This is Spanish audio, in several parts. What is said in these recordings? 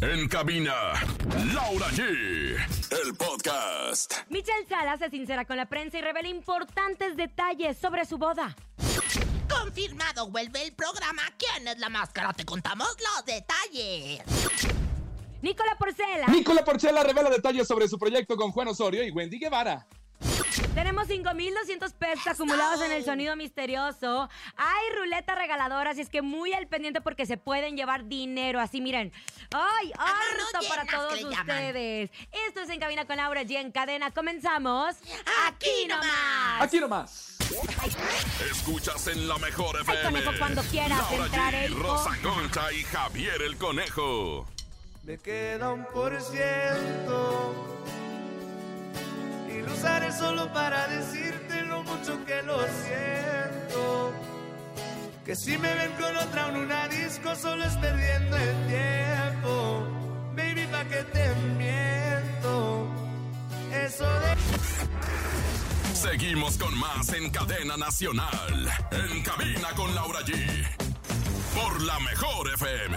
En cabina, Laura G. El podcast. Michelle Sala se sincera con la prensa y revela importantes detalles sobre su boda. Confirmado, vuelve el programa ¿Quién es la máscara? Te contamos los detalles. Nicola Porcela. Nicola Porcela revela detalles sobre su proyecto con Juan Osorio y Wendy Guevara. Tenemos 5.200 pesos acumulados en el sonido misterioso. Hay ruleta regaladora, así es que muy al pendiente porque se pueden llevar dinero. Así miren. ¡Ay, A mano harto para llena, que todos le llaman. ustedes! Esto es En Cabina con Laura G en cadena. Comenzamos. Aquí nomás. Aquí nomás. Escuchas en la mejor Ay, FM. conejo, cuando quieras Laura entrar, G, el Rosa Concha y Javier el Conejo. Me queda un por ciento y lo usaré solo para decirte lo mucho que lo siento. Que si me ven con otra en una disco solo es perdiendo el tiempo. Baby, pa' que te miento. Eso de... Seguimos con más en cadena nacional. En cabina con Laura G. Por la mejor FM.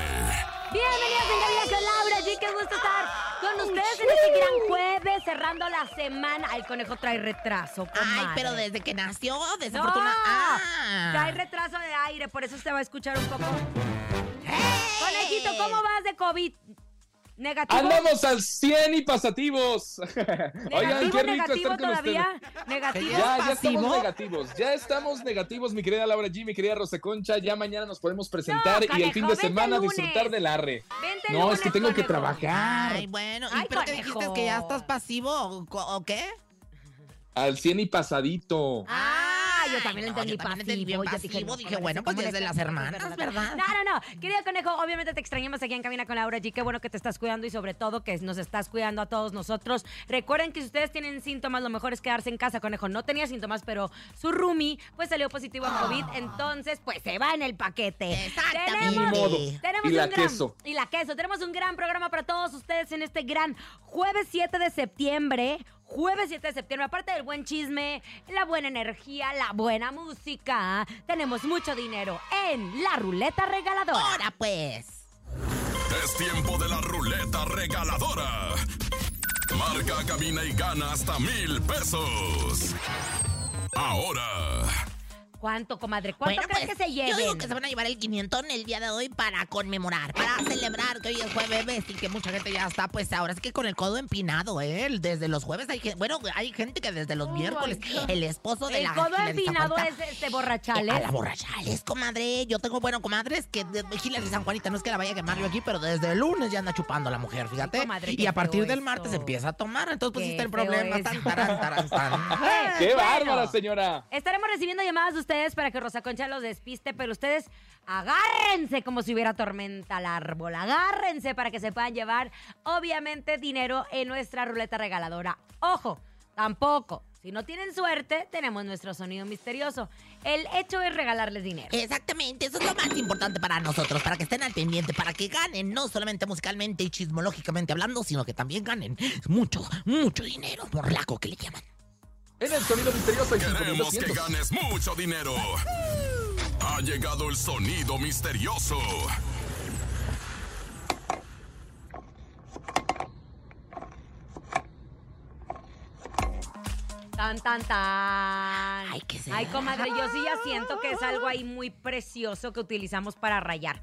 Bienvenidos en Cabina con Laura G. Qué gusto estar con ustedes en este gran jueves, cerrando la semana. El conejo trae retraso. Ay, comadre. pero desde que nació, No, desafortunada. Ah. trae retraso de aire, por eso se va a escuchar un poco. ¡Hey! Conejito, ¿cómo vas de COVID? ¿Negativo? Andamos al 100 y pasativos. ¿Negativo, Oigan, qué rico negativo estar con todavía? ustedes. ¿Negativo? Ya, ya ¿Pasivo? estamos negativos, ya estamos negativos, mi querida Laura G, mi querida Rosa Concha, ya mañana nos podemos presentar y conejo, el fin vete de el semana lunes. disfrutar del arre. Vente el No, es lunes, que tengo que conejo. trabajar Ay, bueno. ¿Y Ay, pero te conejo. dijiste que ya estás pasivo o, co- o qué? al 100 y pasadito. Ah, yo también Ay, no, entendí yo también entendí bien pasivo. yo pasivo, no, dije, ¿cómo bueno, le- pues cómo ya es le de las estás- hermanas, ¿verdad? No, no, no. Querido conejo, obviamente te extrañamos aquí en Cabina con Laura G. Qué bueno que te estás cuidando y sobre todo que nos estás cuidando a todos nosotros. Recuerden que si ustedes tienen síntomas, lo mejor es quedarse en casa, conejo. No tenía síntomas, pero su roomie pues salió positivo a COVID, entonces pues se va en el paquete. Exactamente. Tenemos, Ni modo. tenemos Y la un gran- queso. y la queso. Tenemos un gran programa para todos ustedes en este gran jueves 7 de septiembre. Jueves 7 de septiembre, aparte del buen chisme, la buena energía, la buena música, tenemos mucho dinero en la ruleta regaladora. Ahora pues. Es tiempo de la ruleta regaladora. Marca, cabina y gana hasta mil pesos. Ahora. ¿Cuánto, comadre? ¿Cuánto Bueno, crees pues, que se lleven? Yo digo que se van a llevar el 500 el día de hoy para conmemorar, para celebrar que hoy es jueves y que mucha gente ya está, pues ahora es que con el codo empinado, ¿eh? Desde los jueves hay gente, bueno, hay gente que desde los Oh, miércoles, my God. el esposo de El la... codo Hilary empinado Zapuerta, es este eh, borrachales. A la borrachales, comadre. Yo tengo, bueno, comadres que de, Hilary San Juanita no es que la vaya a quemar yo aquí, pero desde el lunes ya anda chupando la mujer, fíjate. comadre, y qué a partir feo del martes eso. empieza a tomar, entonces pues Qué sí está el feo problema. eso. Tan, taran, taran, tan. Eh, ¡Qué bueno. bárbara, señora! Estaremos recibiendo llamadas de ustedes para que Rosa Concha los despiste, pero ustedes agárrense como si hubiera tormenta al árbol. Agárrense para que se puedan llevar, obviamente, dinero en nuestra ruleta regaladora. Ojo, tampoco. Si no tienen suerte, tenemos nuestro sonido misterioso. El hecho es regalarles dinero. Exactamente, eso es lo más importante para nosotros, para que estén al pendiente, para que ganen, no solamente musicalmente y chismológicamente hablando, sino que también ganen mucho, mucho dinero, morlaco que le llaman. En el sonido misterioso hay Queremos que 5200. ganes mucho dinero. Ha llegado el sonido misterioso. Tan, tan, tan. Ay, ¿qué será? Ay, comadre, yo sí ya siento que es algo ahí muy precioso que utilizamos para rayar.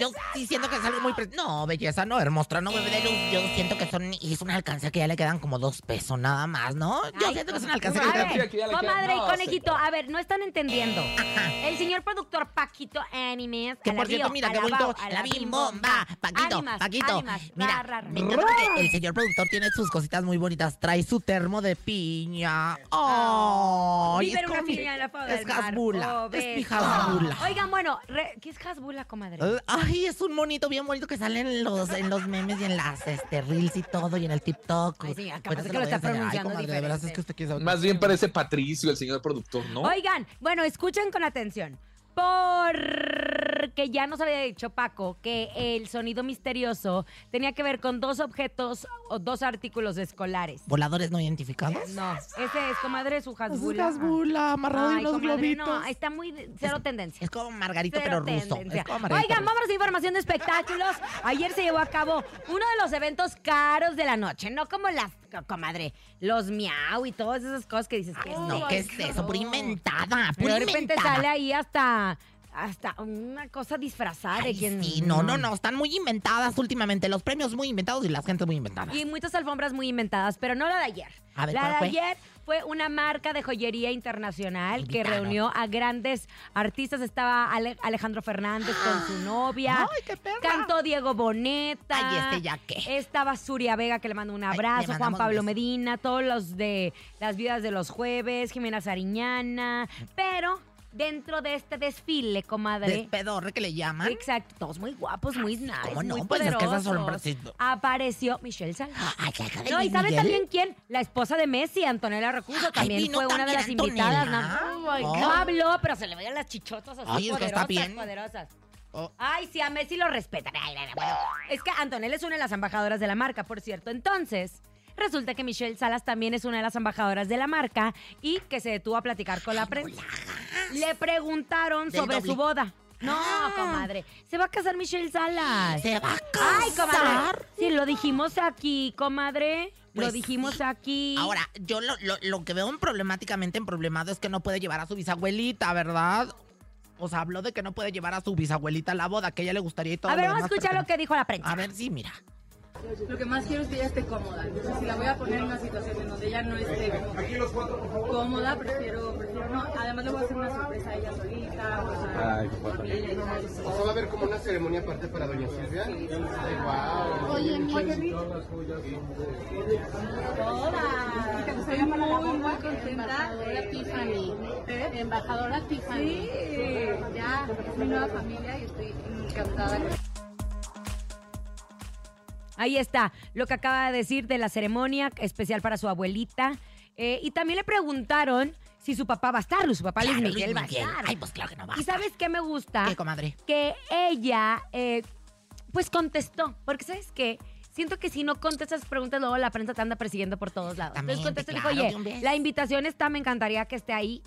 Yo sí siento que es algo muy... pre- No, belleza, no, hermosa, no, bebé de luz. Yo siento que son... y es una alcancía que ya le quedan como dos pesos nada más, ¿no? Yo Ay, siento que es comadre. una alcancía una que A queda alcancía ver, que ya le queda- Comadre y No, conejito, señora. a ver, no están entendiendo. Ajá. El señor productor Paquito Animes. Que a la por cierto, bio, mira, a qué la bonito. bao, a La bimbomba. Paquito, Ánimas, Paquito. ánimas, ra, mira, ra, ra. me encanta que el señor productor tiene sus cositas muy bonitas. Trae su termo de piña. ¡Oh! Sí, y pero Ah. una como- piña en la fava Es del mar. hasbula. Es mi Pobrecito. hasbula. ¿Eh? Oigan, bueno, re- ¿qué es hasbula, comadre? Ay, es un monito bien bonito que sale en los, en los memes y en las este, reels y todo y en el TikTok. Ay, sí, capaz Bueno, que se lo voy está a enseñar. Ay, pronunciando comadre, de veras es diferente. que usted quiere saber- Más bien parece Patricio, el señor productor, ¿no? Oigan, bueno, escuchen con atención. Porque porque ya nos había dicho Paco que el sonido misterioso tenía que ver con dos objetos o dos artículos escolares. ¿Voladores no identificados? No, ese es comadre su hasbula. Esas bula, amarrado en Ay, los comadre, globitos. no, está muy cero tendencia. Es como Margarito, Cero pero ruso. tendencia. Es como Margarito, Oigan, pero ruso. vamos a información de espectáculos. Ayer se llevó a cabo uno de los eventos caros de la noche, no como las, co- comadre, los miau y todas esas cosas que dices que es No, ¿qué es eso? Pura inventada, Pero pura de repente inventada. sale ahí hasta, hasta una cosa disfrazada Ay, de quien. sí, no, no, no, están muy inventadas últimamente, los premios muy inventados y las gentes muy inventadas. Y muchas alfombras muy inventadas, pero no la de ayer. A ver, la ¿cuál de fue? ayer fue una marca de joyería internacional que Invitaron. reunió a grandes artistas. Estaba Ale- Alejandro Fernández con su novia. Ay, qué perra. Cantó Diego Boneta. Ay, este ya qué. Estaba Suria Vega, que le mando un Ay, le abrazo. Juan mandamos Pablo un beso. Medina, todos los de Las Vidas de los Jueves, Jimena Sariñana. Pero dentro de este desfile, comadre. Despedorre que le llaman. Exacto, todos muy guapos, muy nice, ¿cómo no? muy Pues es que esas poderosos. sombras sí- Apareció Michelle Salgado. Ay, que acá de No, ¿y Luis sabe Miguel. también quién? La esposa de Messi, Antonella Racuso, Ay, también vino fue una de también las invitadas. Antonella. No, Ay, no Oh. habló, pero se le veían las chichotas así Ay, es que poderosas, está bien. poderosas. Oh. Ay, sí, a Messi lo respetan. Ay, bueno, bueno. Es que Antonella es una de las embajadoras de la marca, por cierto. Entonces, resulta que Michelle Salas también es una de las embajadoras de la marca y que se detuvo a platicar con la prensa. Le preguntaron Del sobre doble. su boda. No, Ah. comadre. Se va a casar Michelle Salas. Se va a Ay, casar. comadre. Sí, lo dijimos aquí, comadre. lo Pues dijimos sí. aquí. Ahora, yo lo, lo- lo que veo en problemáticamente en problemado es que no puede llevar a su bisabuelita, ¿verdad? O sea, habló de que no puede llevar a su bisabuelita a la boda, que a ella le gustaría y todo. a ver, lo vamos a demás, pero escuchar lo que dijo la prensa. A ver, sí, mira. Lo que más quiero es que ella esté cómoda. Entonces, si la voy a poner en una situación en donde ella no esté cómoda, prefiero, prefiero no. Además, le voy a hacer una sorpresa a ella solita. O sea, Ay, qué padre. familia y todo eso. O sea, va a haber como una ceremonia aparte para Doña Silvia. Ay, wow. Todas. Estoy muy, muy contenta. Embajadora Tiffany. Embajadora Tiffany. ¿Eh? Sí. Ya, es mi nueva familia y estoy encantada con Ah. Ahí está lo que acaba de decir de la ceremonia especial para su abuelita. Eh, y también le preguntaron si su papá va a estar, o su papá Claro, Luis Miguel va a Miguel. estar. Ay, pues claro que no va. Ah, ¿Y sabes qué me gusta? ¿Qué, comadre? que ella, eh, pues contestó. Porque, ¿sabes qué? Siento que si no contestas preguntas, luego la prensa te anda persiguiendo por todos lados. Entonces contesta Exactamente, y dijo, claro, de un oye, beso". la invitación está, me encantaría que esté ahí.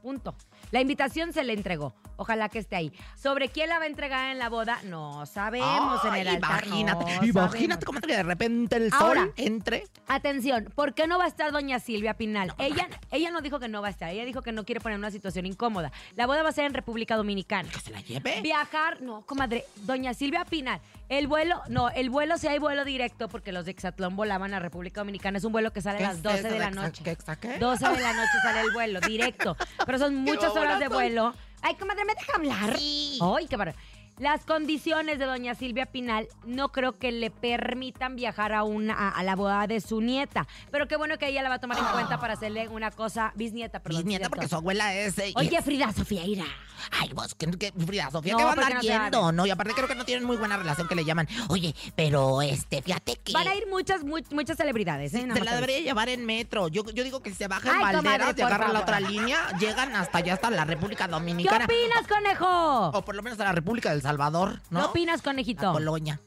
Punto. La invitación se le entregó. Ojalá que esté ahí. Sobre quién la va a entregar en la boda, no sabemos en el Ay, altar. no Imagínate, sabemos. imagínate, comadre, que de repente el Ahora. sol entre. Atención, ¿por qué no va a estar doña Silvia Pinal? ella, ella no dijo que no va a estar, ella dijo que no quiere poner en una situación incómoda. La boda va a ser en República Dominicana. Que se la lleve. Viajar, no, comadre. Doña Silvia Pinal, el vuelo, no, el vuelo si hay vuelo directo, porque los de Exatlón volaban a República Dominicana. Es un vuelo que sale a ¿Qué las es 12 eso de la Este, exa- noche. ¿Qué saqué? 12 de la noche sale el vuelo directo. Pero son muchas horas de babonazo. vuelo. Ay, comadre, ¿me deja hablar? Sí. Ay, qué bárbaro. Las condiciones de doña Silvia Pinal no creo que le permitan viajar a, una, a, a la boda de su nieta. Pero qué bueno que ella la va a tomar en cuenta para hacerle una cosa bisnieta. Perdón, Ah. Bisnieta, bisnieto. porque su abuela es. eh, Oye, Frida Sofía Ira. Ay, vos, que, que- Frida Sofía, No, ¿qué va a porque no andar se yendo? vale. No, y aparte creo que no tienen muy buena relación que le llaman. Oye, pero este, fíjate que. Van a ir muchas, mu- muchas celebridades, ¿eh? Se Nada se más la te debería llevar en metro. Yo, yo digo que se baja en Ay, comadre, Valderas y por agarran la favor. otra línea, llegan hasta allá, hasta la República ¿Qué Dominicana. opinas, conejo? O por lo menos a la República del Salvador, Oh, ¿no? ¿Qué opinas, La conejito? Polonia.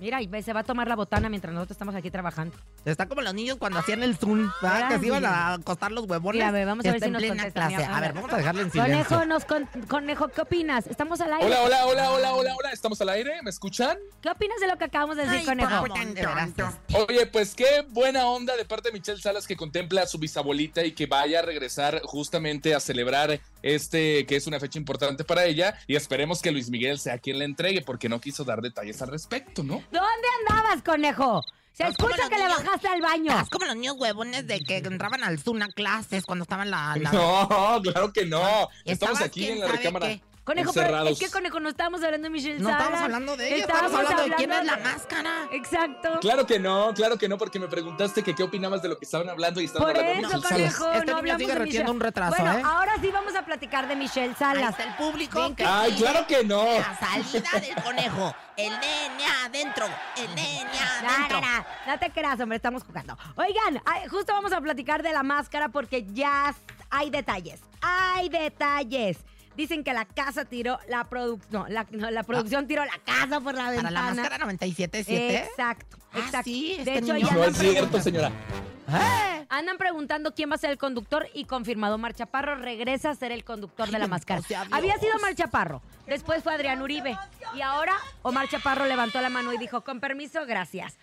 Mira, y ve, se va a tomar la botana mientras nosotros estamos aquí trabajando. Está como los niños cuando hacían el Zoom, ¿verdad? Ay, Que se iban mira. a acostar los huevones. Mira, a ver, vamos a ver Está si en nos plena contesta, clase. mira, A ver, mira. vamos a dejarlo en silencio. Conejo, nos con- conejo, ¿qué opinas? ¿Estamos al aire? Hola, hola, hola, hola, hola, hola. ¿Estamos al aire? ¿Me escuchan? ¿Qué opinas de lo que acabamos de decir, Ay, conejo? por favor, de veras, Oye, pues qué buena onda de parte de Michelle Salas que contempla a su bisabuelita y que vaya a regresar justamente a celebrar este, que es una fecha importante para ella. Y esperemos que Luis Miguel sea quien la entregue, porque no quiso dar detalles al respecto, ¿no? ¿Dónde andabas, conejo? Se Estás como escucha los que le niños. bajaste al baño. Es como los niños huevones de que entraban al Zoom a clases cuando estaban la. Ah, la- No, claro que no. Estamos Estabas, aquí quién en la sabe recámara. qué. Conejo, pero es encerrados. que, conejo, no estábamos hablando de Michelle No estábamos Salas. hablando de ella, Estábamos estábamos hablando de quién es la hablando- máscara. Exacto. Claro que no, claro que no, porque me preguntaste que qué opinabas de lo que estaban hablando y estaban Por hablando eso, de Michelle Salas. conejo, Este no niño hablamos sigue de recibiendo Michelle. un retraso, Bueno, ¿eh? ahí ahora sí vamos a platicar de Michelle Ahí Salas. está el público. que Ay, sigue. claro que no. La salida del conejo. El nene adentro. El nene No, adentro. no, no, no te creas, hombre, estamos jugando. Oigan, ay, justo vamos a platicar de la máscara porque ya hay detalles. Hay detalles. Dicen que la casa tiró la producción. No, la, no, la producción Ah. tiró la casa por la Para ventana. la máscara 97.7. Exacto, Ah, exacto. sí, de este hecho, niño. ya No andan, es cierto, preguntando, señora. ¡Ah! andan preguntando quién va a ser el conductor y confirmado Mar Chaparro regresa a ser el conductor de la bendito máscara. sea Dios. Había sido Mar Chaparro, después fue Adrián Uribe y ahora Omar Chaparro levantó la mano y dijo, con permiso, gracias.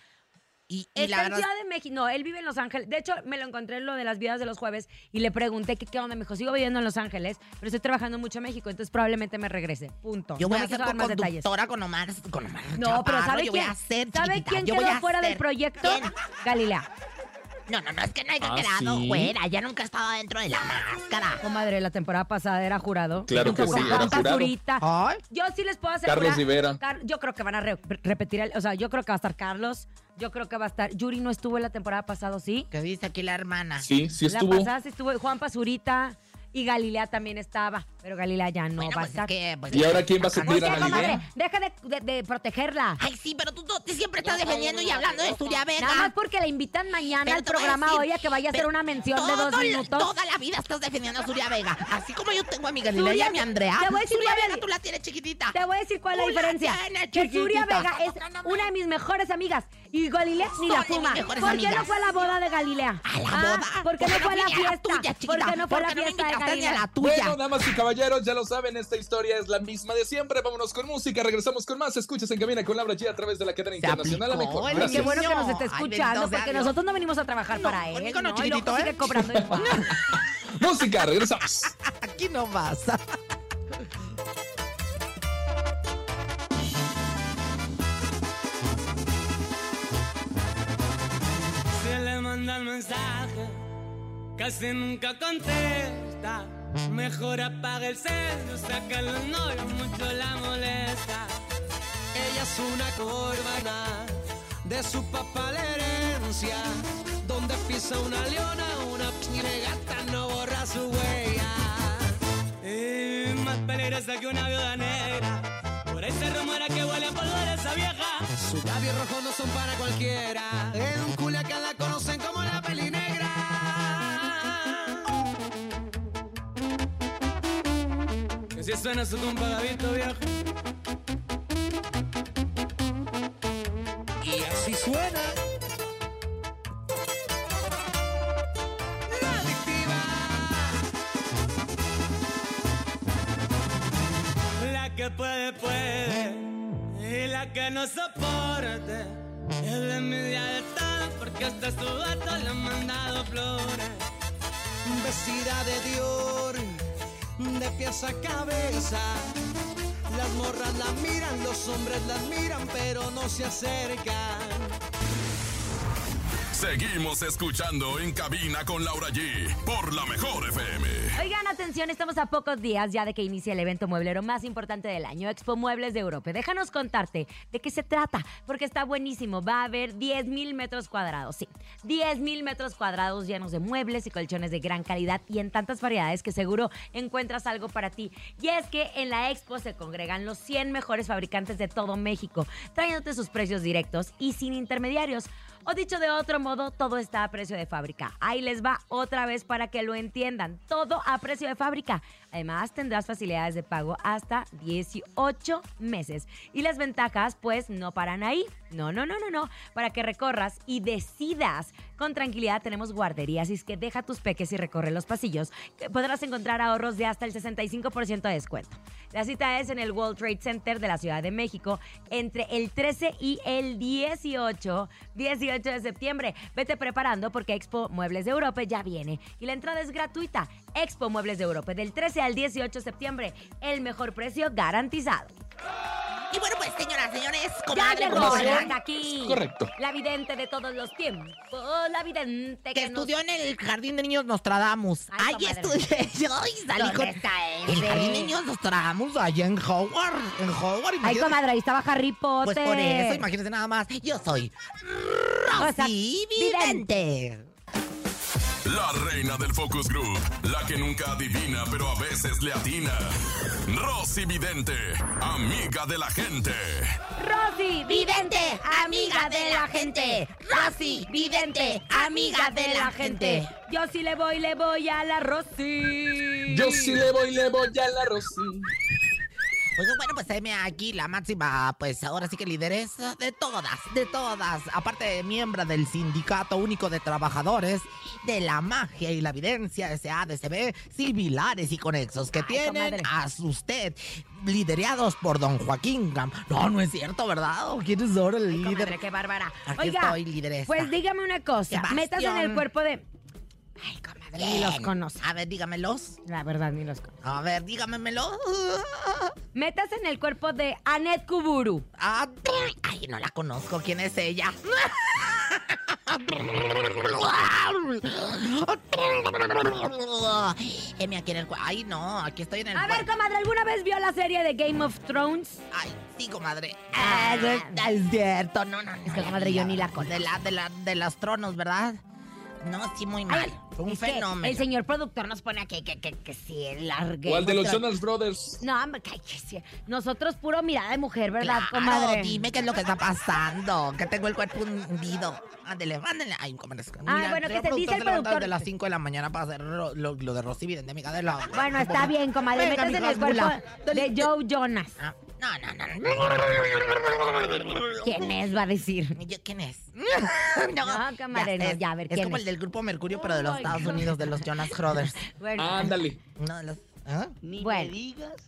Y, y la Está en verdad. Ciudad de México, no, él vive en Los Ángeles. De hecho, me lo encontré en lo de las vidas de los jueves y le pregunté que qué onda. Me dijo, sigo viviendo en Los Ángeles, pero estoy trabajando mucho en México, entonces probablemente me regrese. Punto. Yo voy No me a quiso ser dar más detalles. conductora con Omar, con Omar No, pero Chaparro, ¿sabe yo quién? Voy a ser, ¿Sabe chiquitita, quién yo quedó voy a fuera del ser. proyecto? ¿Quién? Galilea. No, no, no, es que no haya Ah, quedado ¿sí? fuera. Ya nunca estaba dentro de la máscara. Comadre, la temporada pasada era jurado. Claro que sí, Jurado, era tanta jurado. jurita. Ay. Yo sí les puedo hacer Carlos Rivera. yo creo que van a re- repetir, el- o sea, yo creo que va a estar Carlos, yo creo que va a estar... Yuri no estuvo en la temporada pasada, ¿sí? ¿Qué dice aquí la hermana? Sí, sí La estuvo. pasada sí estuvo Juan Pazurita y Galilea también estaba, pero Galilea ya no Bueno, va a pues es estar. que, pues, ¿Y ahora quién va a Oye, suplir a comadre, Galilea? deja de, de- de protegerla. Ay, sí, pero tú, tú siempre estás defendiendo y hablando de su llave. Nada más porque la invitan mañana Pero al te voy a programa decir, hoy a que vaya a hacer pero una mención de todo dos el- minutos. Toda la vida estás defendiendo a Zuria Vega. Así como yo tengo a mi Galilea y Zuria- a mi Andrea. te voy a decir Zuria cuál es- Vega tú la tienes chiquitita. Te voy a decir cuál es la Tú la diferencia. tienes, Que Zuria chiquitita. Vega es No, no, no. una de mis mejores amigas y Galilea ni Son la de mis fuma. mejores ¿Por qué no amigas. fue a la boda de Galilea? A la Ah, boda. ¿Por qué no fue a la fui fiesta? tuya, ¿Por chiquita? qué no fue a la Porque no me fiesta de invitaste ni a la Galilea? tuya? Bueno, damas y caballeros, ya lo saben, esta historia es la misma de siempre. Vámonos con música, regresamos con más. Escuchas en cabina con Laura G a través de la cadena internacional. La aplicó, mejor. el Qué Gracias. bueno que nos Niño, está ay, escuchando bendito sea porque Dios. nosotros no venimos a trabajar para él. conmigo no, Y luego chiquitito, sigue ¿eh? cobrando igual. Música, regresamos. Aquí no vas. Se le manda el mensaje, casi nunca contesta. Mejor apaga el celo, saca el novio, mucho la molesta. Ella es una corvana, de su papá la herencia. Donde pisa una leona, una piña gata no borra su huella. Eh, más peligrosa que una viuda negra. Por ahí se rumora que huele a polvo de esa vieja. Sus labios rojos no son para cualquiera. En un culiacán la conocen como la pelinegra. Que si suena su compa Gavito viejo. Y así suena. La adictiva. La que puede, puede. Y la que no soporte. Es la envidia de todo porque hasta su gato le han mandado flores. Vestida de Dior, de pies a cabeza. Las morras la miran, los hombres las miran, pero no se acercan. Seguimos escuchando en cabina con Laura G por la mejor FM. Oigan, atención, estamos a pocos días ya de que inicie el evento mueblero más importante del año, Expo Muebles de Europa. Déjanos contarte de qué se trata, porque está buenísimo. Va a haber 10 mil metros cuadrados, sí. 10 mil metros cuadrados llenos de muebles y colchones de gran calidad y en tantas variedades que seguro encuentras algo para ti. Y es que en la Expo se congregan los 100 mejores fabricantes de todo México, trayéndote sus precios directos y sin intermediarios. O dicho de otro modo, todo está a precio de fábrica. Ahí les va otra vez para que lo entiendan. Todo a precio de fábrica. Además, tendrás facilidades de pago hasta 18 meses. Y las ventajas, pues, no paran ahí. No, no, no, no, no. Para que recorras y decidas. Con tranquilidad tenemos guarderías, así es que deja tus peques y recorre los pasillos, que podrás encontrar ahorros de hasta el 65% de descuento. La cita es en el World Trade Center de la Ciudad de México entre el 13 y el 18, 18 de septiembre. Vete preparando porque Expo Muebles de Europa ya viene y la entrada es gratuita. Expo Muebles de Europa del 13 al 18 de septiembre, el mejor precio garantizado. Y bueno, pues, señoras, señores, Ya comadre, llegó, comadre, ya está aquí. Correcto. La vidente de todos los tiempos, la vidente que que nos- estudió en el Jardín de Niños Nostradamus. Ay, Ahí comadre. estudié yo y salí ¿Dónde con... está ese? El Jardín de Niños Nostradamus allá en Howard. En Howard, Ay, imagínate. comadre, ahí estaba Harry Potter. Pues por eso, imagínense nada más. Yo soy O sea, Rosy Vidente. La reina del Focus Group, la que nunca adivina pero a veces le atina. Rosy Vidente, amiga de la gente. Rosy, vidente, amiga de la gente. Rosy, vidente, amiga de la gente. Yo sí le voy, le voy a la Rosy. Yo sí le voy, le voy a la Rosy. Oigan, bueno, pues heme aquí la máxima, pues ahora sí que lideresa de todas, de todas. Aparte de miembro del Sindicato Único de Trabajadores, de la magia y la evidencia SADCB, similares y conexos que Ay, comadre. tienen a usted, liderados por don Joaquín Gam. No, no es cierto, ¿verdad? ¿Quién es ahora el Comadre, líder? qué bárbara. Aquí Oiga, estoy, lideresa. pues dígame una cosa. Sebastián. Metas en el cuerpo de. Ay, comadre, ni los Bien. conozco. A ver, dígamelos. La verdad, ni los conozco. A ver, dígamemelos. Metas en el cuerpo de Anet Kuburu. Ah, ay, no la conozco. ¿Quién es ella? Emi, aquí en el cua- Ay, no, aquí estoy en el A ver, cuarto. comadre, ¿alguna vez vio la serie de Game of Thrones? Ay, sí, comadre. Ah, no está- es cierto. No, no, no. que, comadre, yo ni la conozco. De, la, de, la, de los tronos, ¿verdad? No, sí, muy mal. Fue un Es que fenómeno. El señor productor nos pone aquí que, que, que sí, el largue. O al de los Jonas Brothers. No, hombre, que- que sí. Nosotros puro mirada de mujer, ¿verdad, Claro, comadre? dime qué es lo que está pasando. Que tengo el cuerpo hundido. Ándele, ándele. Ay, comadre. Mira, bueno, que señor se dice el se levanta productor- desde las 5 de la mañana para hacer lo, lo- lo de Rosy, evidente, amiga de la. Bueno, está bien, comadre. Venga, Métase en mija, el cuerpo mula. de Joe Jonas. Ah, No, no, no. ¿Quién es? Va a decir. no. Yo, ¿Quién es? No, comadre, no, sé. ya, a ver, Es ¿quién como es? el del grupo Mercurio, pero de los Ay, Estados comadre. Unidos, de los Jonas Brothers. Bueno. Ándale. No, de los. ¿Ah? bueno.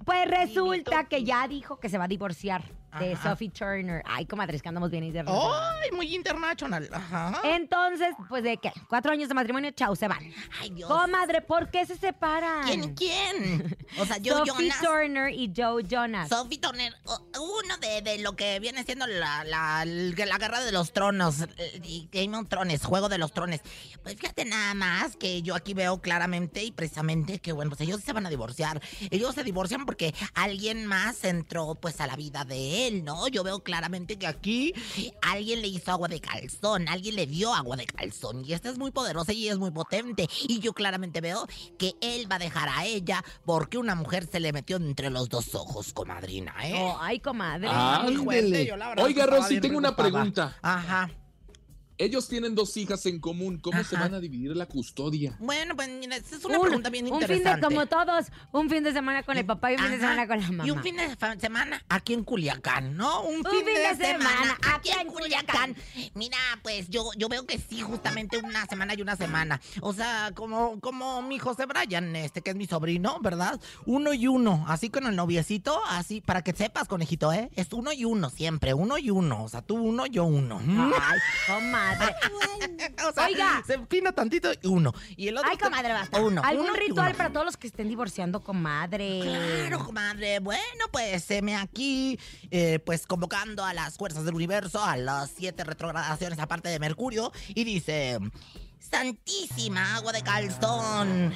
Pues resulta que ya dijo que se va a divorciar de Ajá. Oh. Sophie Turner. Ay, comadre, es que andamos bien internacionales. ¡Ay, muy internacional! Ajá. Entonces, pues de qué? Cuatro años de matrimonio, chau, se van. Ay, Dios. Comadre, ¿por qué se separan? ¿Quién, quién? O sea, yo, Sophie Jonas. Turner y Joe Jonas. Sophie Turner, o- uno de, de lo que viene siendo la, la, la guerra de los tronos, eh, y Game of Thrones, Juego de los Trones. Pues fíjate nada más que yo aquí veo claramente y precisamente que, bueno, pues ellos se van a divorciar. Ellos se divorcian porque alguien más entró, pues, a la vida de él, ¿no? Yo veo claramente que aquí alguien le hizo agua de calzón, alguien le dio agua de calzón. Y esta es muy poderosa y es muy potente. Y yo claramente veo que él va a dejar a ella porque una mujer se le metió entre los dos ojos, comadrina, ¿eh? Oh, ay, comadre. Ah. Muy fuerte, Ándele. yo la verdad Oiga, estaba Rosy, bien tengo una preocupada. pregunta. Ajá. Ellos tienen dos hijas en común. ¿Cómo se Ajá. van a dividir la custodia? Bueno, pues mira, esa es una Un- pregunta bien un fin interesante. de como todos, un fin de semana con el papá y un fin de Ajá. semana con la mamá. Y un fin de fa- semana aquí en Culiacán, ¿no? Un, fin de semana aquí en Culiacán. Mira, pues yo, yo veo que sí, justamente una semana y una semana. O sea, como, como mi José Brian, este que es mi sobrino, ¿verdad? Uno y uno, así con el noviecito, así, para que sepas, conejito, ¿eh? Es uno y uno siempre, uno y uno. O sea, tú uno, yo uno. Ay, comadre. Ah, O sea, Oiga. Se empina tantito y uno. Y el otro. Ay, comadre, basta. Uno. Algún uno y ritual uno. para todos los que estén divorciando, comadre. Claro, comadre. Bueno, pues me aquí, eh, pues convocando a las fuerzas del universo, a las siete retrogradaciones aparte de Mercurio, y dice, Santísima agua de calzón.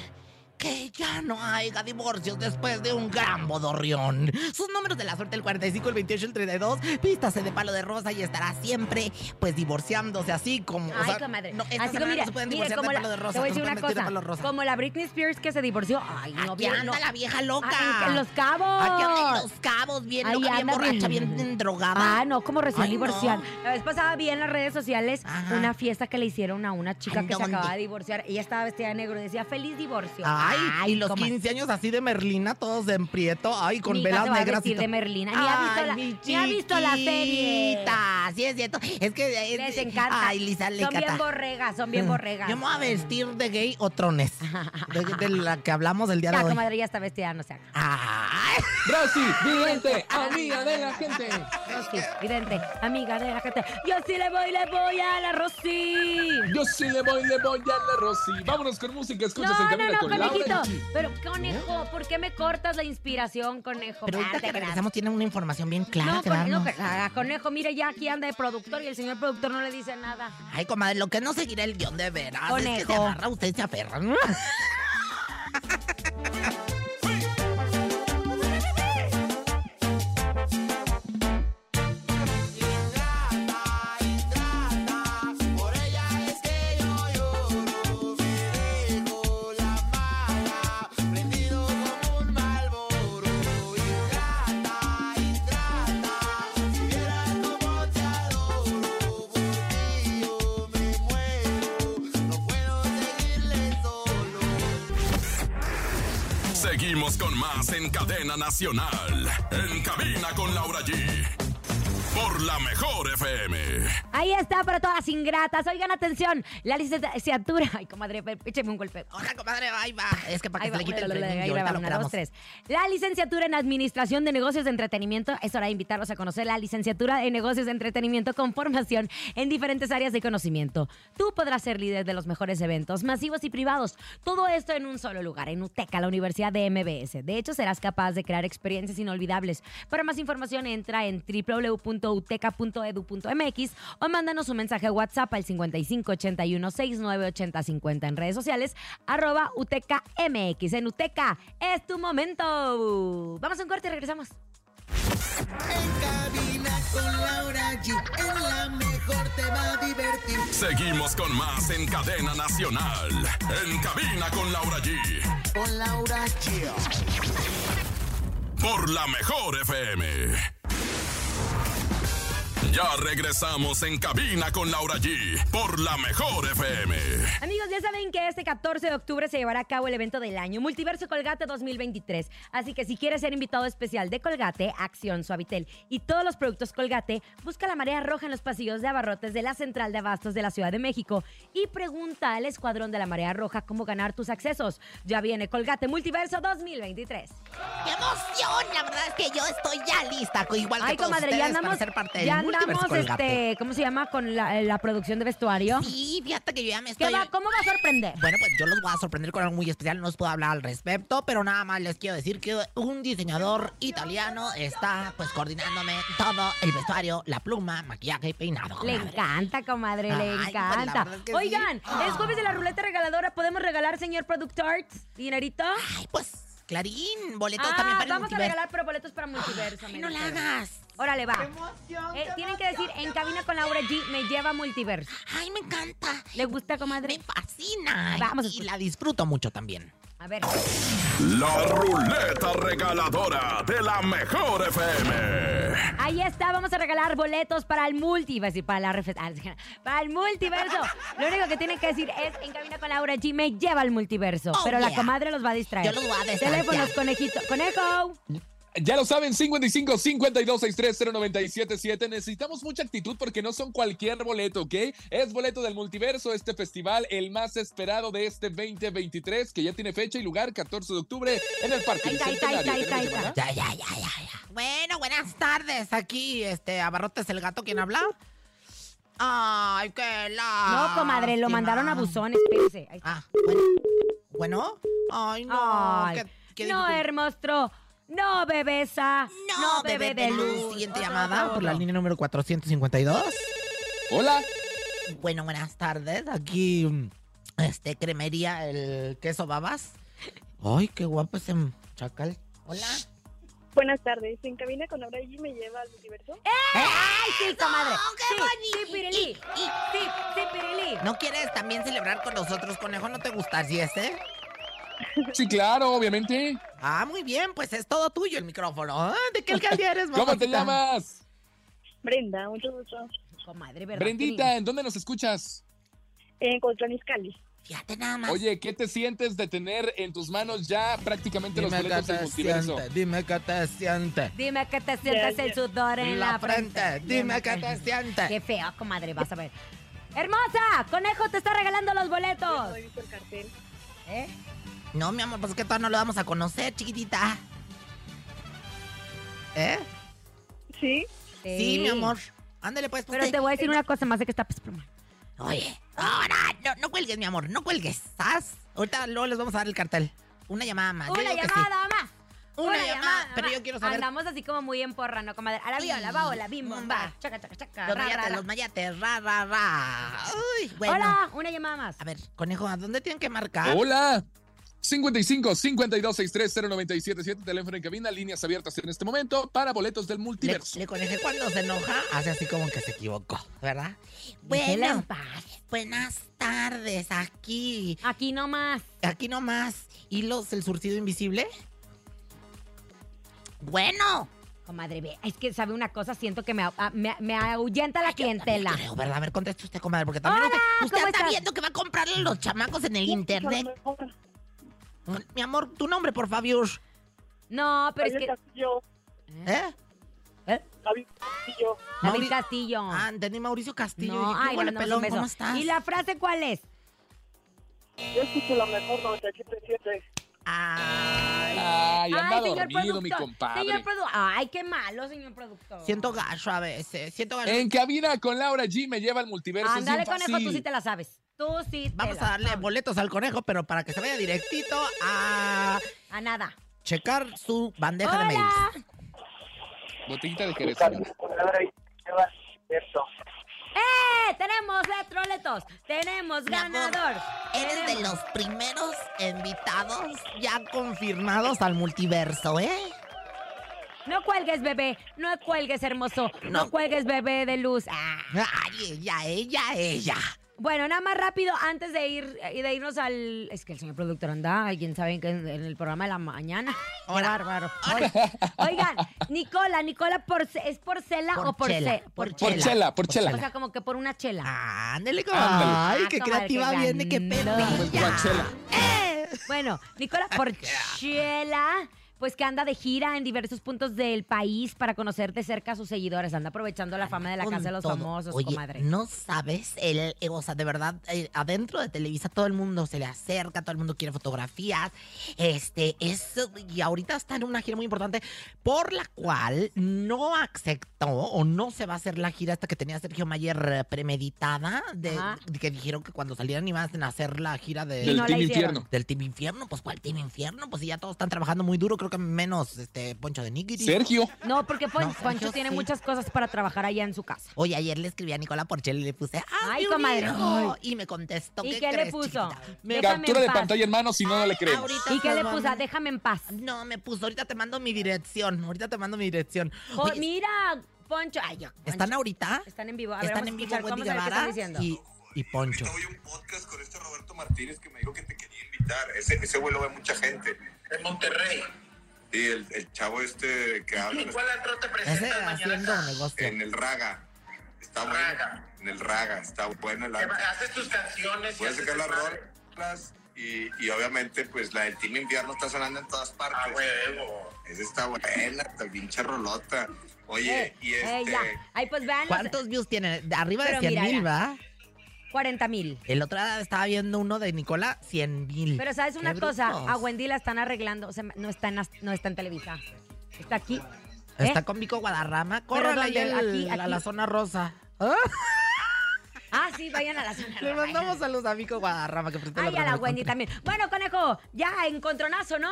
Que ya no haya divorcios después de un gran bodorrión. Sus números de la suerte, el 45, el 28, el 32, pístase de palo de rosa y estará siempre, pues, divorciándose así como... o Ay, sea, comadre. no, esta Así que semana mira, no se pueden mire, divorciar como de la, palo de rosa. te voy a decir no se una pueden meter de palo de cosa. rosa. Como la Britney Spears que se divorció. Ay, no, Aquí bien, anda no. la vieja loca. Ah, en- en Los Cabos. Aquí anda en los cabos, bien Ahí loca, bien anda borracha, bien. bien, drogada. Ah, no, como recién Ay, divorciada. no. La vez pasada vi en las redes sociales Ajá. una fiesta que le hicieron a una chica Ay, que se ¿dónde? acababa de divorciar. Ella estaba vestida de negro y decía feliz divorcio. Ay, y los comadre. 15 años así de Merlina, todos en prieto, ay, con Mi hija velas se va a negras. vestir to- de Merlina. Ni ha visto Ay, la- mi ni ha visto la serie. chiquita. Sí, es cierto. Es que. es- Les encanta. Ay, Lisa, le son bien encanta. Ah. borregas, son bien borregas. Yo me voy a vestir de gay o trones. De, de la que hablamos el día Ya, de hoy. comadre, ya está vestida, no se haga. Ay, Rosy, vidente, amiga de la gente. Rosy, vidente, amiga de la gente. Yo sí le voy, le voy a la Rosy. Yo sí le voy, le voy a la Rosy. Vámonos con música. No, Escuchas en no, camino no, con Laura y conejito. Gigi. Pero, conejo, ¿por qué me cortas la inspiración, conejo? pero ahorita Date que gracias. regresamos tiene una información bien clara no, que con- no, darnos. que- ah, conejo, mire, ya aquí anda de productor y el señor productor no le dice nada. Ay, comadre, lo que no seguirá el guión de veras es que se Conejo. amarra, usted se aferra. Seguimos con más en Cadena Nacional. En cabina con Laura G. Por la mejor FM. Ahí está para todas las ingratas. Oigan, atención, la licenciatura. Ay, comadre, écheme un golpe. Hola, comadre, ahí va. Es que para Ahí va, que se le quite el ahí va, ahí frenillo, va, ahorita lo una, dos, tres. operamos. La licenciatura en Administración de Negocios de Entretenimiento. Es hora de invitarlos a conocer la licenciatura en Negocios de Entretenimiento con formación en diferentes áreas de conocimiento. Tú podrás ser líder de los mejores eventos masivos y privados. Todo esto en un solo lugar, en UTECA, la Universidad de MBS. De hecho, serás capaz de crear experiencias inolvidables. Para más información, entra en www.uteca.edu.mx o mándanos un mensaje a WhatsApp al 5581 698050 en redes sociales, arroba UTECAMX. En UTECA es tu momento. Vamos a un corte y regresamos. Seguimos con más en Cadena Nacional. En cabina con Laura G. Con Laura G. Por la mejor FM. Ya regresamos en cabina con Laura G. Por la mejor FM. Amigos, ya saben que este 14 de octubre se llevará a cabo el evento del año, Multiverso Colgate 2023. Así que si quieres ser invitado especial de Colgate, Acción, Suavitel y todos los productos Colgate, busca la marea roja en los pasillos de abarrotes de la Central de Abastos de la Ciudad de México y pregunta al Escuadrón de la Marea Roja cómo ganar tus accesos. Ya viene Colgate Multiverso 2023. ¡Qué emoción! La verdad es que yo estoy ya lista, igual que Ay, todos comadre, ustedes, ya para andamos, ser parte del ya multiverso andamos, Colgate. este, ¿cómo se llama? Con la, la producción de vestuario. Sí, fíjate que yo ya me ¿Qué estoy... va, ¿Cómo va a sorprender? Bueno, pues yo los voy a sorprender con algo muy especial, no os puedo hablar al respecto, pero nada más les quiero decir que un diseñador italiano está pues coordinándome todo el vestuario, la pluma, maquillaje y peinado. Le comadre. encanta, comadre, le Ay, pues, la encanta. verdad es que sí. Oigan, Ah. es jueves de la ruleta regaladora. ¿Podemos regalar, señor Product Arts, dinerito? Ay, pues, Clarín, boletos también Ah, para el vamos a multiverso. regalar pero boletos para multiverso. Ay, me no la dijeron. hagas. Órale, va. Eh, tienen que decir, en cabina con Laura G, me lleva a multiverso. Ay, me encanta. ¿Le gusta, comadre? Me fascina. Vamos a y escuchar. la disfruto mucho también. A ver. La ruleta regaladora de la mejor FM. Ahí está, vamos a regalar boletos para el multiverso. y Para, la refe- ah, para el multiverso. Lo único que tienen que decir es, en cabina con Laura G, me lleva al multiverso. Oh, pero la yeah. comadre los va a distraer. Yo los voy a distraer, Teléfonos, ya. conejito. ¡Conejo! Ya lo saben, 55 52 63 0977. Necesitamos mucha actitud porque no son cualquier boleto, ¿ok? Es boleto del multiverso, este festival, el más esperado de este 2023, que ya tiene fecha y lugar, 14 de octubre, en el Parque Ahí está, ahí está, ahí Bicentenario. está, ahí está, ahí está. ¿Tenemos llamada? Ya, ya, ya, ya, ya. Bueno, buenas tardes. Aquí, este, Abarrotes el gato, ¿quién habla? Ay, qué la. No, comadre, lo mandaron a buzón, espérese. Ahí está. Ah, bueno. ¿Bueno? Ay, Ah, no. Ay, qué- qué no, dificultad. hermostro. No, bebesa. No, No, bebé de luz. Siguiente No, no, llamada no, por la no. línea número 452. Hola. Bueno, buenas tardes. Aquí, mm, este, cremería el queso babas. Ay, qué guapo ese mm, chacal. Hola. Buenas tardes. En cabina con Laura G me lleva al multiverso. ¡Ay, sí, comadre! qué sí, bonito. sí, Pirelí. Y- y- Sí, sí, Pirelí. ¿No quieres también celebrar con nosotros, conejo? ¿No te gusta si ese? Sí, claro, obviamente. Ah, muy bien, pues es todo tuyo el micrófono. Ah, ¿De qué alcaldía eres, ¿Cómo mamacita? te llamas? Brenda, mucho gusto. Comadre, ¿verdad? Brendita, ¿en dónde nos escuchas? En Cotlán Iscali. Fíjate nada más. Oye, ¿qué te sientes de tener en tus manos ya prácticamente los boletos del multiverso? dime que te siente. que- Dime que te sientes el Gracias. sudor en la, dime que te siente. Qué feo, comadre, vas a ver. ¡Hermosa! ¡Conejo te está regalando los boletos! Soy Víctor Cartel. ¿Eh? No, mi amor, pues es que todavía no lo vamos a conocer, chiquitita. ¿Eh? Sí. Sí, mi amor. Ándale, pues. pues, Pero sí. te voy a decir una cosa más de que está pues, pluma. Oye, ahora, no, no cuelgues, mi amor, no cuelgues. ¿Sas? Ahorita luego les vamos a dar el cartel. Una llamada más. yo Una Ah, digo que sí. llamada más. Una, llamada, Pero yo quiero saber Andamos así como muy en porra, ¿no, comadre? A la viola, Sí. baola, bim, bom, Bomba. ba, chaca, chaca, chaca, Los ra, ra, mayates, ra. los mayates, ra, ra, ra. Uy, bueno. Hola, una llamada más. A ver, conejo, ¿a dónde tienen que Ah. marcar? Hola. 55 52 63 0977 teléfono en cabina, líneas abiertas en este momento para boletos del Le, multiverso. le coneje cuando se enoja, hace así como que se equivocó, ¿verdad? Déjela en Bueno, paz. buenas tardes, aquí, Aquí nomás. aquí nomás. Hilos, el surtido invisible. Bueno, Comadre, ve, es que sabe una cosa, siento que me, a- me, me ahuyenta la clientela. creo, ¿verdad? A ver, conteste usted, comadre, porque también Hola, usted, usted ¿cómo está estás? viendo que va a comprarle a los chamacos en el internet. A lo mejor. Mi amor, tu nombre, por favor. ¿Eh? No, pero es que. Castillo. ¿Eh? David Castillo. David Mauri- Castillo. Ah, entendí Mauricio Castillo. No, Dije, ay, le "Híjole, mandamos pelón, un beso. ¿cómo estás? ¿Y la frase cuál es? Yo escucho la mejor 977. Ay, Ay, anda ay, señor dormido, mi productor. Señor compadre. produ- Ay, qué malo, señor productor. siento gacho a veces. Siento gacho. En cabina con Laura G me lleva al multiverso. es Ándale, bien conejo, tú fácil. sí te la sabes. Tú sí te Vamos la a darle sabes. boletos al conejo, pero para que se vaya directito a A nada. checar su bandeja de mails. ¡Hola! Botellita de Jerez. señora. ¡Eh! Tenemos letroletos. Tenemos Mi amor, ganador. Eres de los primeros invitados ya confirmados al multiverso, ¿eh? No cuelgues, bebé. No cuelgues, hermoso. No, No. cuelgues, bebé de luz. Ah. Ay, ella, ella, ella. Bueno, nada más rápido, antes de ir eh, de irnos al. Es que el señor productor anda, alguien sabe que en en el programa de la mañana. Qué Hola. bárbaro. Oy- Oigan, Nicola, Nicola, porce- ¿es por cela o por Porchela, ce? Por Por Chela. chela, por chela. O sea, como que por una chela. Ándale, como. Ándale. Ay, qué Ah, comadre, creativa qué viene, qué ganó. Como el perrilla. Coachella. ¡Eh! Bueno, Nicola Porchela, pues que anda de gira en diversos puntos del país para conocer de cerca a sus seguidores. Anda aprovechando la fama de la con Casa de los todo. Famosos, Oye, comadre. No sabes, el, eh, o sea, de verdad, eh, adentro de Televisa todo el mundo se le acerca, todo el mundo quiere fotografías. Este, es, y ahorita está en una gira muy importante por la cual no aceptó o no se va a hacer la gira esta que tenía Sergio Mayer eh, premeditada, de, Ajá. de que dijeron que cuando salieran iban a hacer la gira de- Del no la Team hicieron. Infierno. Del Team Infierno, pues ¿cuál Team Infierno? Pues si ya todos están trabajando muy duro, creo que menos este Poncho de Nigiri. Sergio. No, porque Pon- No, Sergio, Poncho tiene sí. muchas cosas para trabajar allá en su casa. Oye, ayer le escribí a Nicola Porchel y le puse, Ay, ¡ay, comadre, comadre! ay. Y me contestó, ¿Y ¿qué, qué le crees, puso? chiquita? Me- Déjame Captura en de paz. pantalla, hermano, si no, no le creemos. Ahorita ¿Y qué se le lo puso? mando. Déjame en paz. No, me puso, ahorita te mando mi dirección, ahorita te mando mi dirección. Jo- Oye, mira, Poncho. Ay, ya, Poncho. ¿están ahorita? Están en vivo. Oh, A ver, Están vamos a en vivo escuchar Wendy cómo saber qué están Guevara diciendo. y, y Poncho. Hoy un podcast con este Roberto Martínez que me dijo que te quería invitar. Ese, ese güey lo ve mucha gente. En Monterrey. Y el, el chavo este que habla Ese haciendo negocio. en el Raga. Está bueno. En el este? Raga. Está bueno el arte. Haces tus canciones. Voy a sacar las rolas. Y, y obviamente, pues la del Team Invierno está sonando en todas partes. Esa está buena, está pinche rolota. Oye, y este. Eh, ya. Ay, pues vean ¿Cuántos views tiene? De arriba de Pero 100 mira, mil, mira. ¿va? 40 mil. El otro día estaba viendo uno de Nicola, 100 mil. Pero sabes Qué una cosa, brutos. a Wendy la están arreglando. se me- no, está en, as- no está en Televisa. Está aquí. ¿Eh? Está con Vico Guadarrama. Corran ¿dónde? Aquí, a la aquí. zona rosa. ¿Ah? Ah, sí, vayan a la zona. Le roja, mandamos vayan. saludos a Vico Guadarrama que presentó Ay, a la Wendy también. Bueno, conejo, ya encontronazo, ¿no?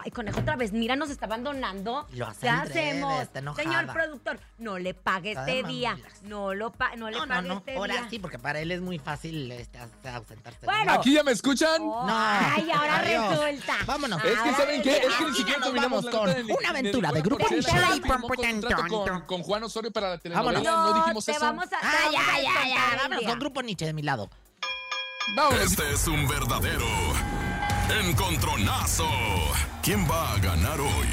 Ay, conejo, otra vez, mira, nos está abandonando. Lo hace ¿Qué en breve, hacemos? está enojada. Señor productor, no le pague Está de este día. mamilas. No, lo pa- no le No, no, pague no. este Ahora día. sí, porque para él es muy fácil este, as- ausentarse. Bueno. ¿Aquí ya me escuchan? Oh, No. Ay, ahora Adiós. resulta. Vámonos. Es que, Ahora ¿saben qué? Es que resulta. ni Aquí ya siquiera nos vamos terminamos la con nota de Nicola una aventura de Grupo Porchela. Porchela y Firmó Pompo tan contrato con- tonto. Con Juan Osorio para la Vámonos. telenovela. No, No dijimos te eso. vamos a. te Ah, ya, vamos a ya, descontar ya. el Vámonos día. con Grupo Nietzsche de mi lado. Vámonos. Este es un verdadero encontronazo. ¿Quién va a ganar hoy?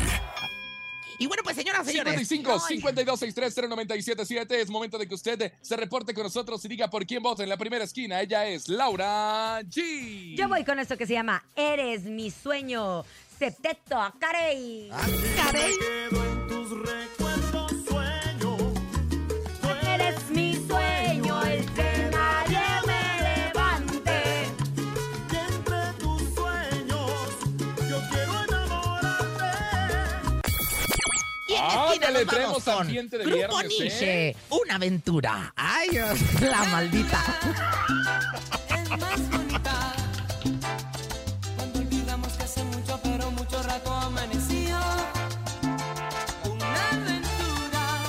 Y bueno, pues señoras, señores. 55 52 63 0977 es momento de que usted eh, se reporte con nosotros y diga por quién vota en la primera esquina. Ella es Laura G. Yo voy con esto que se llama Eres mi sueño. Septeto, carey. Ah, caray. Eres mi sueño, el que nadie me levante. Y en la Ah, esquina ándale, nos vamos traemos con ambiente de Grupo viernes, ¿eh? Nietzsche. Una aventura. Ay, Dios, la maldita. Es más bonita Cuando olvidamos que hace mucho pero mucho rato amaneció Una aventura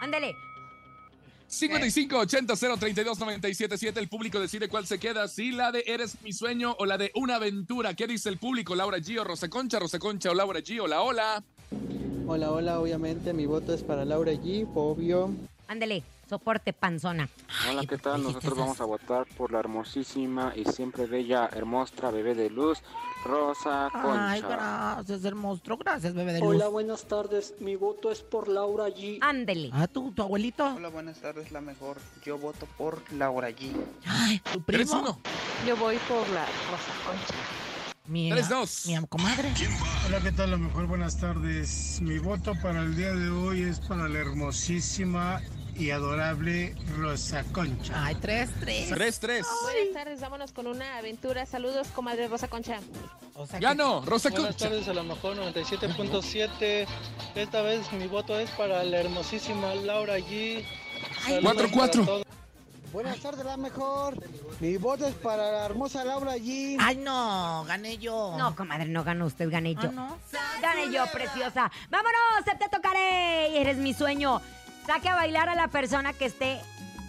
Ándale. 55 80 0 32 977 el público decide cuál se queda, si la de Eres mi sueño o la de Una aventura. ¿Qué dice el público? Laura G o Rosa Concha, Rosa Concha o Laura G, hola, hola. Hola, hola, obviamente mi voto es para Laura G, obvio. Ándale, soporte panzona. Hola, ¿qué tal? dijiste Nosotros esas- vamos a votar por la hermosísima y siempre bella, hermosa bebé de luz, Rosa Concha. Ay, gracias, el monstruo. Gracias, bebé de luz. Hola, buenas tardes. Mi voto es por Laura G. Ándele. Ah, ¿tú, tu abuelito. Hola, buenas tardes, la mejor. Yo voto por Laura G. Ay, tu primo. uno. Yo voy por la Rosa Concha. Mi, Tres, dos. Mi comadre. Hola, ¿qué tal? A lo mejor buenas tardes. Mi voto para el día de hoy es para la hermosísima y adorable Rosa Concha. Ay, tres, tres. Tres, tres. Buenas tardes, vámonos con una aventura. Saludos, comadre Rosa Concha. O sea, Ya no, Rosa Buenas Concha. tardes, a lo mejor 97.7. Esta vez mi voto es para la hermosísima Laura G. Saludos Cuatro, para cuatro. todos. Buenas tardes, la mejor. Mi voto es para la hermosa Laura Ah, G. Ay, no, gané yo. No, ah, comadre, no ganó usted, gané Ah, yo. no. Gané yo, preciosa. ¡Vámonos! ¡Se te tocaré! Eres mi sueño. Saque a bailar a la persona que esté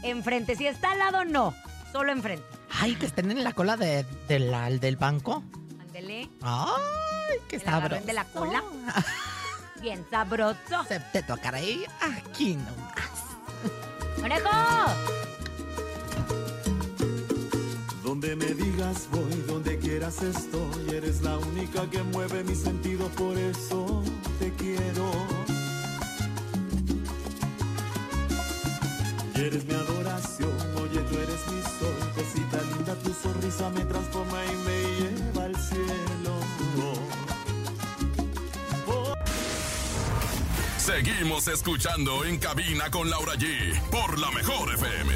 enfrente. Si está al lado, no. Solo enfrente. Ay, que estén en la cola de, de la- del banco. Ándele. Ay, qué Que la agarren sabroso. de la cola. Bien sabroso. Se te tocará ahí, aquí nomás. ¡Conejo! Donde me digas voy, donde quieras estoy, eres la única que mueve mis sentidos, por eso te quiero. Y Eres mi adoración, oye tú eres mi sol, cosita linda, tu sonrisa me transforma y me lleva al cielo. Seguimos escuchando en cabina con Laura G por la mejor FM.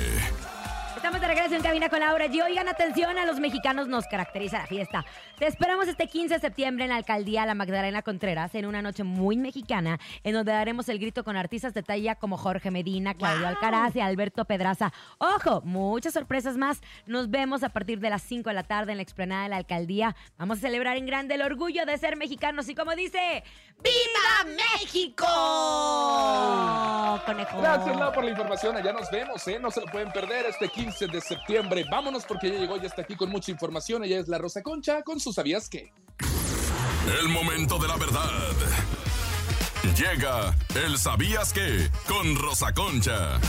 Estamos de regreso en cabina con Laura G. Oigan, atención, a los mexicanos nos caracteriza la fiesta. Te esperamos este 15 de septiembre en la alcaldía La Magdalena Contreras en una noche muy mexicana en donde daremos el grito con artistas de talla como Jorge Medina, Claudio Alcaraz y Alberto Pedraza. Ojo, muchas sorpresas más. Nos vemos a partir de las 5 de la tarde en la explanada de la alcaldía. Vamos a celebrar en grande el orgullo de ser mexicanos y como dice, ¡Viva México! ¡Oh, conejo! Gracias, Lau, por la información. Allá nos vemos, ¿eh? No se lo pueden perder este 15 de septiembre. Vámonos porque ya llegó, ya está aquí con mucha información. Ella es la Rosa Concha con sus ¿Sabías qué? El momento de la verdad. Llega el sabías que con Rosa Concha.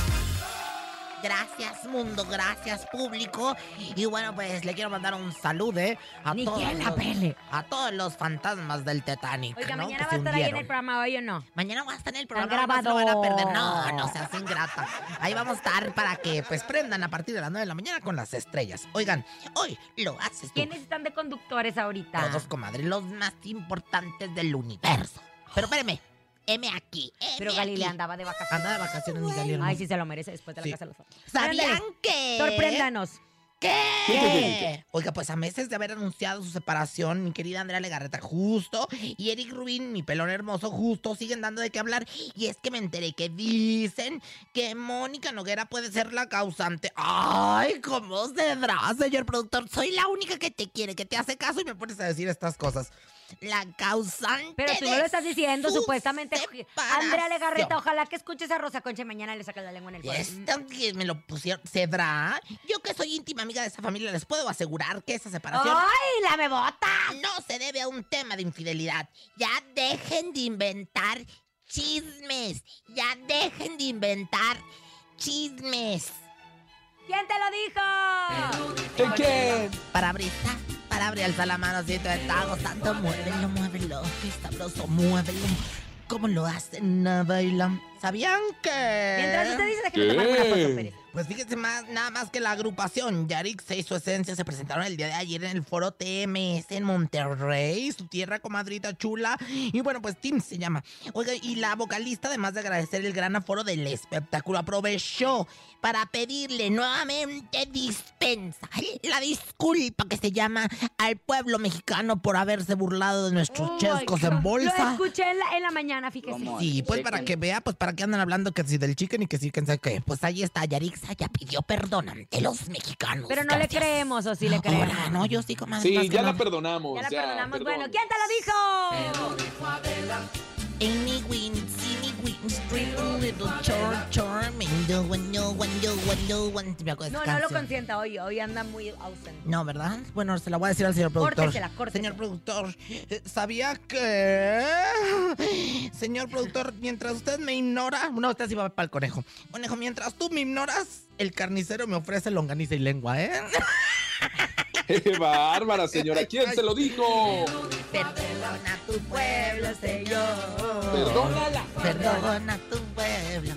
Gracias, mundo, gracias, público. Y bueno, pues le quiero mandar un saludo eh, a, Ni todos quien la los, pele. a todos los fantasmas del Titanic. Oiga, ¿no? mañana Que va a se estar ahí en hundieron. el programa, ¿hoy o no? Mañana voy a estar en el Están programa. No se lo van a grabados. perder. No, no seas ingrata. Ahí vamos a estar para que pues prendan a partir de las 9 de la mañana con las estrellas. Oigan, hoy lo haces tú. ¿Quiénes están de conductores ahorita? Todos, comadre, los más importantes del universo. Pero espérame, M aquí. M Pero Galilea andaba de vacaciones. Anda de vacaciones, mi Galilea. Ay, hermosa. sí se lo merece después de la Sí. casa de los otros. ¿Sabían Ándale, que? Sorpréndanos. ¿Qué? Oiga, pues a meses de haber anunciado su separación, mi querida Andrea Legarreta, justo, y Eric Rubin, mi pelón hermoso, justo, siguen dando de qué hablar. Y es que me enteré que dicen que Mónica Noguera puede ser la causante. ¡Ay, cómo será, señor productor! Soy la única que te quiere, que te hace caso y me pones a decir estas cosas. La causante. Pero tú no de lo estás diciendo, su supuestamente. separación. Andrea Legarreta, ojalá que escuches a Rosa Concha y pues, mañana le sacas la lengua en el Y cuello. esto que me lo pusieron, ¿cedrá? Yo que soy íntima amiga de esa familia, les puedo asegurar que esa separación ah, ¡Ay, la me bota! no se debe a un tema de infidelidad. Ya dejen de inventar chismes. Ya dejen de inventar chismes. ¿Quién te lo dijo? ¿Qué qué? Para abrir, para abrir, alza la mano, si te está gustando, muévelo, muévelo, qué sabroso, muévelo. ¿Cómo lo hacen? Nada, y la... ¿Sabían que...? Mientras usted dice, déjame ¿Qué? tomar una foto, Pérez. Pues fíjense más, nada más que la agrupación Yarix y su esencia se presentaron el día de ayer en el foro TMS en Monterrey, su tierra comadrita chula. Y bueno, pues Tim se llama. Oiga, y la vocalista, además de agradecer el gran aforo del espectáculo, aprovechó para pedirle nuevamente dispensa, la disculpa que se llama al pueblo mexicano por haberse burlado de nuestros Ay, chescos no. en Oh Lo bolsa. escuché en la, en la mañana, fíjese. Sí, pues para que vea, pues para que andan hablando que si del chicken y que sí, que sé qué. Pues ahí está, Yarixa ya pidió perdón ante los mexicanos. Pero no le Gracias. creemos, o sí le creemos. Ahora, no, yo sí, comadre. más Sí, que ya la no. perdonamos. Ya la ya, perdonamos. perdón. Bueno, ¿quién te lo dijo? Any win, any win, street, little chor, chor, me do one, no one, no one, no one. Me acuerdo de No, esa no lo canción. consienta hoy. Hoy anda muy ausente. No, ¿verdad? Bueno, se la voy a decir al señor productor. Córtesela, córtesela. Señor productor, eh, ¿sabía que...? Señor productor, mientras usted me ignora... No, usted sí va para el conejo. Conejo, mientras tú me ignoras, el carnicero me ofrece longaniza y lengua, ¿eh? ¡Qué bárbara, señora! ¿Quién se lo dijo? Perdona tu pueblo, Señor. Perdónala. Perdona tu pueblo.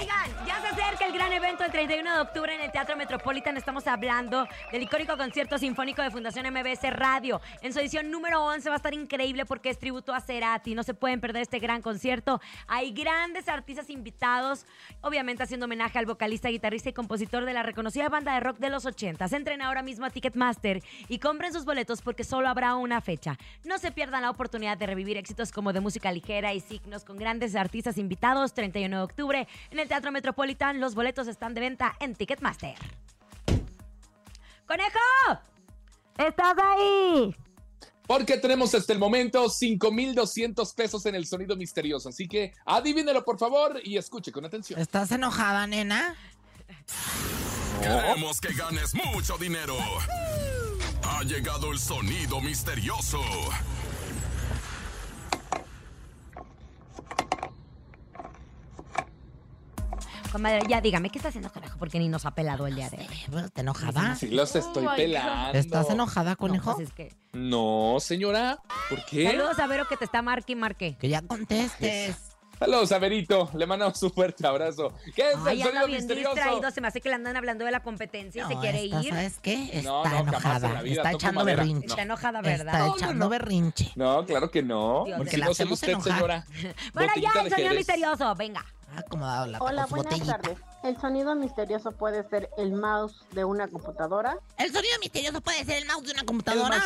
Oigan, ya se acerca el gran evento el 31 de octubre en el Teatro Metropolitan. Estamos hablando del icónico concierto sinfónico de Fundación MBS Radio. En su edición número 11 va a estar increíble porque es tributo a Cerati. No se pueden perder este gran concierto. Hay grandes artistas invitados, obviamente haciendo homenaje al vocalista, guitarrista y compositor de la reconocida banda de rock de los 80. Entren ahora mismo a Ticketmaster y compren sus boletos porque solo habrá una fecha. No se pierdan la oportunidad de revivir éxitos como de música ligera y signos con grandes artistas invitados 31 de octubre en el Teatro Metropolitan. Los boletos están de venta en Ticketmaster. ¡Conejo! ¿Estás ahí? Porque tenemos hasta el momento 5,200 pesos en el sonido misterioso. Así que adivínelo, por favor, y escuche con atención. ¿Estás enojada, nena? Queremos que ganes mucho dinero. Ha llegado el sonido misterioso. Comadre, ya dígame, ¿qué estás haciendo, conejo? Porque ni nos ha pelado el día de hoy. ¿Te enojada? Sí, los estoy Oh my God. pelando. Ah. ¿Estás enojada, conejo? Pues es que... No, señora. ¿Por qué? Saludos a Vero que te está marque y marque. Que ya contestes. Saludos a Verito. Le mandamos un fuerte abrazo. ¿Qué es Ay, el anda sonido bien misterioso? distraído. Se me hace que le andan hablando de la competencia y se No, quiere esta, ir. ¿Sabes qué? Está No, no, capaz de la enojada. vida, está toco echando madera. berrinche. No. Está enojada, Está ¿verdad? echando berrinche. No, claro que no. Dios mío. Porque no Porque soy la hacemos usted, enojar. señora. Bueno, Botellita ya, de el sonido Jerez. misterioso. Venga. Ha acomodado la Hola, con su buenas botellita. tardes. El sonido misterioso puede ser el mouse de una computadora. El sonido misterioso puede ser el mouse de una computadora.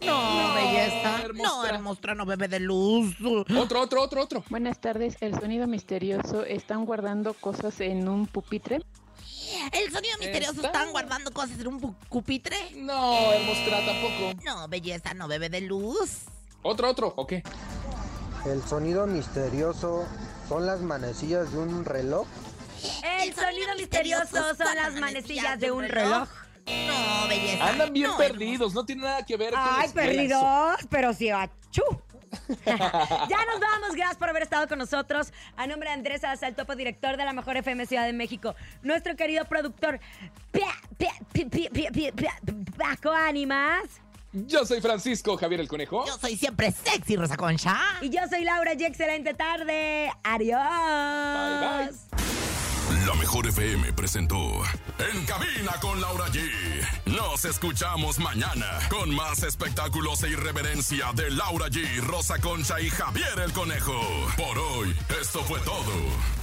No, No, belleza. No, hermosura. hermosura, no bebe de luz. Otro, otro, otro, otro. Buenas tardes, el sonido misterioso. ¿Están guardando cosas en un pupitre? El sonido misterioso Está- están guardando cosas en un bu- cupitre. No, hermosura tampoco. No, belleza, no bebe de luz. Otro, otro. ¿O qué? El sonido misterioso son las manecillas de un reloj. El sonido misterioso son las manecillas de un reloj. No, belleza. Andan bien no, perdidos. No tiene nada que ver con Ay, la escuela perdidos, pero sí, achú. ya nos vamos, gracias por haber estado con nosotros. A nombre de Andrés Salazar Topo, director de la Mejor FM Ciudad de México, nuestro querido productor, Pia- Pia- Pia- Pia- Pia- Pia- Pia- Paco Ánimas. eso. Yo soy Francisco Javier el Conejo. Yo soy siempre sexy, Rosa Concha. Y yo soy Laura G. Excelente tarde. Adiós. Bye, bye. La mejor FM presentó En cabina con Laura G. Nos escuchamos mañana con más espectáculos e irreverencia de Laura G, Rosa Concha y Javier el Conejo. Por hoy, esto fue todo.